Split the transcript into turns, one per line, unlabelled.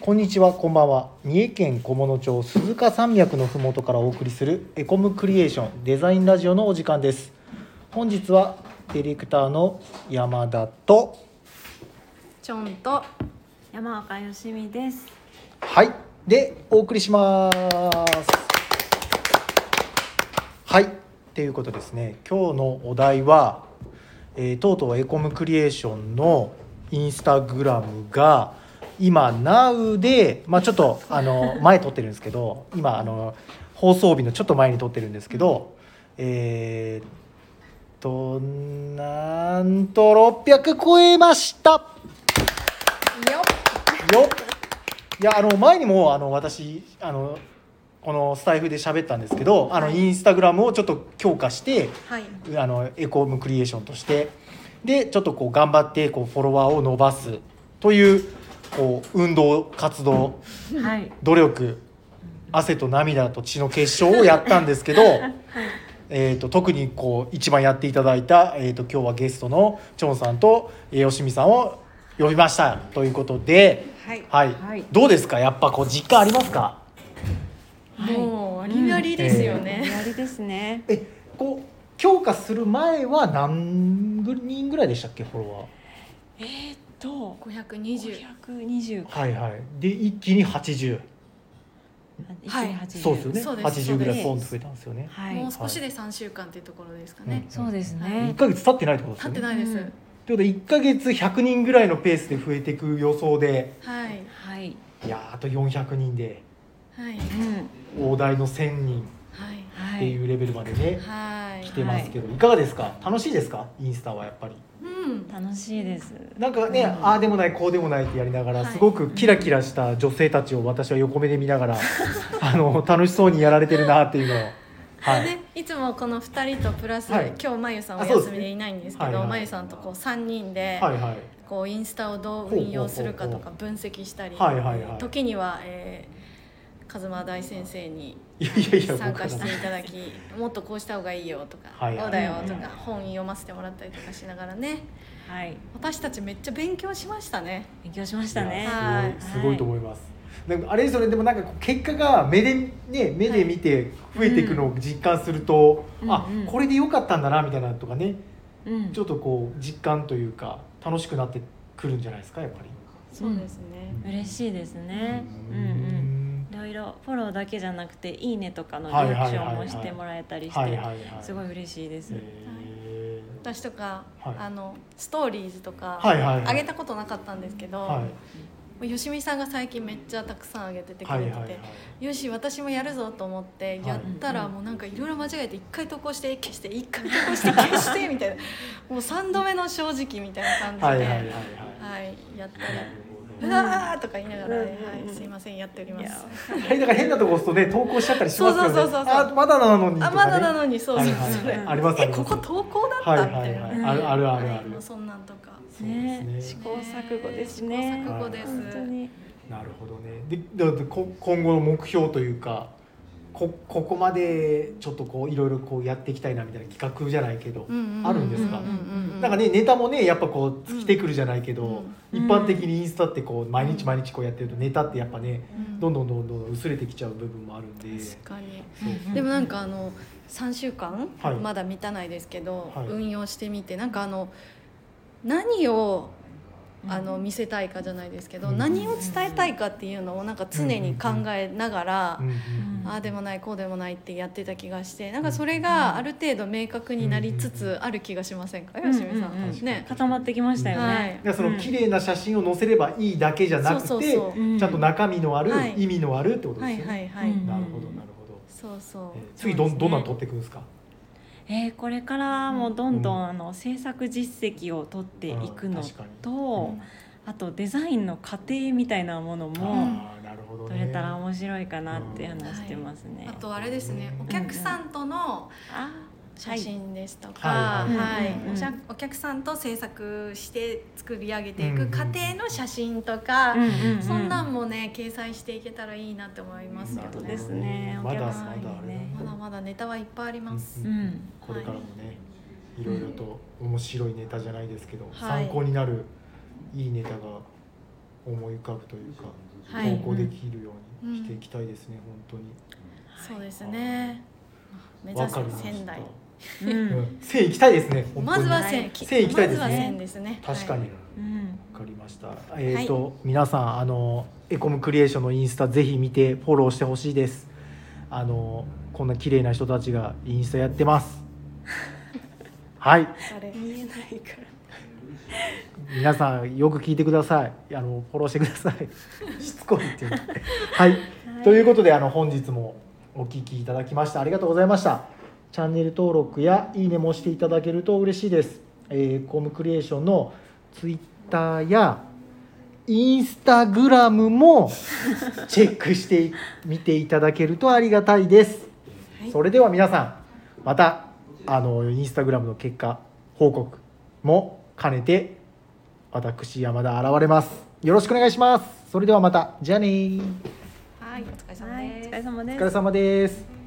こんにちはこんばんは三重県菰野町鈴鹿山脈のふもとからお送りするエコムクリエーションデザインラジオのお時間です本日はディレクターの山田と
ちょんと山岡よしみです。
はいでお送りしますはいっていうことですね今日のお題は、えーとうとうエコムクリエーションのインスタグラムが今 Now で、まあ、ちょっとあの前撮ってるんですけど今あの放送日のちょっと前に撮ってるんですけど、えーっとなんと600超えました
よ
よっいやあの前にもあの私あのこのスタイフで喋ったんですけどあの
はい
インスタグラムをちょっと強化して
はい。
あのエコームクリエーションとしてでちょっとこう頑張ってこうフォロワーを伸ばすというこう運動活動
はい。
努力汗と涙と血の結晶をやったんですけど、えー、と特にこう一番やっていただいた、えー、と今日はゲストのチョンさんと、えー、よしみさんを呼びましたということで。
はい。
はい、
はい
どうですかやっぱこう実感ありますか
もう割り割りですよね。
りですね。
えこう強化する前は何人ぐらいでしたっけフォロ
えー、っと、
五百二十。
百二十。
ワーはいはいで一気に80
はい
80
そうですよね
そうです
80ぐらいポ
そう
ン
で
と
す
増えたんですよね
はい
もう。少しで三週間っていうところですかね。
そうです
は
1
ね。
か月経ってないってことですよ
経っ
ねと
て
いう
ないです。
うん
ことで1か月100人ぐらいのペースで増えていく予想で
はい
はい。
いやーあと400人で
はい
うん。
大台の1000人
はい
は
って
い。
いうレベルまでね、
はい。
来てますけど、い、かがですか楽しいですかインスタはやっぱり
うん。
楽しいです。
なんかね、
うん
ああでもないこうでもないってやりながら、
はい
すごくキラキラした女性たちを私は横目で見ながらあの楽しそうにやられてるなっていうのを、はい
ね、いつもこの二人とプラス、
はい
今日まゆさん
あ
お
そうです
休
ね
みでいないんですけ
はい
ど、
はい
まゆさんとこう三人で、
はいはい
こうインスタをどう運用するかとか
ほ
分析したり、
はいはいはい
時には、えー、風間大先生に
いやいやいや
参
僕
加
ら
し
も
ていただきもっとこうした方がいいよとか、
はいはい
こうだよと
うん
か本読ませてもらったりとかしながらね
はい。
私たちめっちゃ勉強しましたね
勉強しました
い
ね。
やすごいすご
はい
いと思います、なんかあれですよねでもなんかこう結果が目でね目で見て増えていくのを実感すると、
うん
あ
うんうん
これで良かったんだなみたいなのとかね
うん
ちょ。っとこう実感というか楽しくなってくるんじゃないですかやっぱり。
そうですね、
嬉しいですね。うんうん。いろいろフォローだけじゃなくて、いいねとかのリ
はい
ア
はい
クシ
はい
ョ
はい
ンもしてもらえたりし
はいはい
て。
はい。
すごい嬉しいです。
えー
私とか、
はい
あのストーリーズとか、
はいはいはい
上げたことなかったんですけど、
はい
もうよしみさんが最近めっちゃたくさん上げててく
はい
れてて、
はいはい。
よし私もやるぞと思って
はい
やった
うん
ら
うん
もうなんかいろいろ間違えて一回投稿して消して一回投稿して消して みたいなもう三度目の正直みたいな
は
感
い
じで
はい
は
はいはいい。
やった
な
ら
る
「
ほ
う
ど
わ!」とか言いながら「
う
は
ん
い
うんうん
すいませんやっておりま
い
す
や」
はい、だから変なとこ押すとね、投稿しちゃったりしますよね。
そうそうそうそう
あ、まだなのにとか、
あ
ね。
まだなのにそうそう
はい
そ
はい
れ
はいありますあ
え
ります
ここ投稿だったみたいな
はい
はい
は
はいある
あるあるある
いもうそんなんとか
そうです
試
ね。
行錯誤ですね。
試行錯誤です
本当に。
なるほどね。で、だってこ今後の目標というか、こここまでちょっとこういろいろこうやっていきたいなみたいな企画じゃないけど、
うううう
あるんですか
ううう
なんかねネタもねやっぱこう尽きてくるじゃないけど、
うん
一般的にインスタってこう毎日毎日こうやってるとネタってやっぱね、
うん
どんどんどんどん薄れてきちゃう部分もあるんで。
確かに
そう
うん
でもなんかあの3週間、
はい
まだ満たないですけど、
はい
運用してみてなんかあの何を
うん
あの見せたいかじゃないですけど、
うん
何を伝えたいかっていうのをなんか常に考えながら、
うんうんうん
ああでもないこうでもないってやってた気がしてなんかそれがある程度明確になりつつある気がしませんか、
うん
吉見さん。
うんうん
うん
ね、
固まってきましたよ
は
ね
い。
だからその綺
麗
麗な写真を載せればいいだけじゃなくて、
そうそうそう
うん
ちゃんと中身のある、
はい
意味のあるってことで
は
す
い
よね。
はいはい、
うん
なるほどなるほど。
そうそ
えー
う
次どん、
そうですね
どんなん撮っていくんですか。
えーこれからもどんど
うん
んあの制作実績を取っていく
う
の
ん確かに
とあとデザインの過程みたいなものも
ああなるほど
取
ね。
れたら面白いかなって話してますね。
あとあれですねお客さんとの、
あ
写真ですとか、
はい
はい
はいうん
おしゃお客さんと制作して作り上げていく過程の写真とか、
うんうんうん
そんなんもね掲載していけたらいいなって思いますけ
なるほ
ど
ど
ね
ですね
まだ
お
まだ
客さ
あ
んに
れだ
ね
まだまだネタはいっぱいあります、
う
うんん
これからもね、いろいろと面白いネタじゃないですけど、
はい
参考になるいいネタが思い浮かぶというか
はい
投稿できるようにしていきたいですね、本
そうですね目
当にわ
指
かり
せ
ました
仙台
うん
うん線行きたいですね本当に
まずは
仙
仙
行きたいですね
まずは仙ですね
確かに、
はい
うん
わかりました。えっ、と、皆さんあのエコムクリエーションのインスタぜひ見てフォローしてほしいです。あのこんな綺麗な人たちがインスタやって ます。はい、
あれ
見えないから
皆さんよく聞いてください。あのフォローしてください。 しつこいっていうの。はい、ということであの本日もお聞きいただきましてありがとうございました。チャンネル登録やいいねもしていただけると嬉しいです。えー、コムクリエーションのツイッターやインスタグラムもチェックしてみていただけるとありがたいです。
はい
それでは皆さんまたあのインスタグラムの結果報告も兼ねて私山田現れます。よろしくお願いします。それではまたじゃあねー。
はいお疲れ様
はいお
です
疲れ様
お
で
疲
す
れ様です。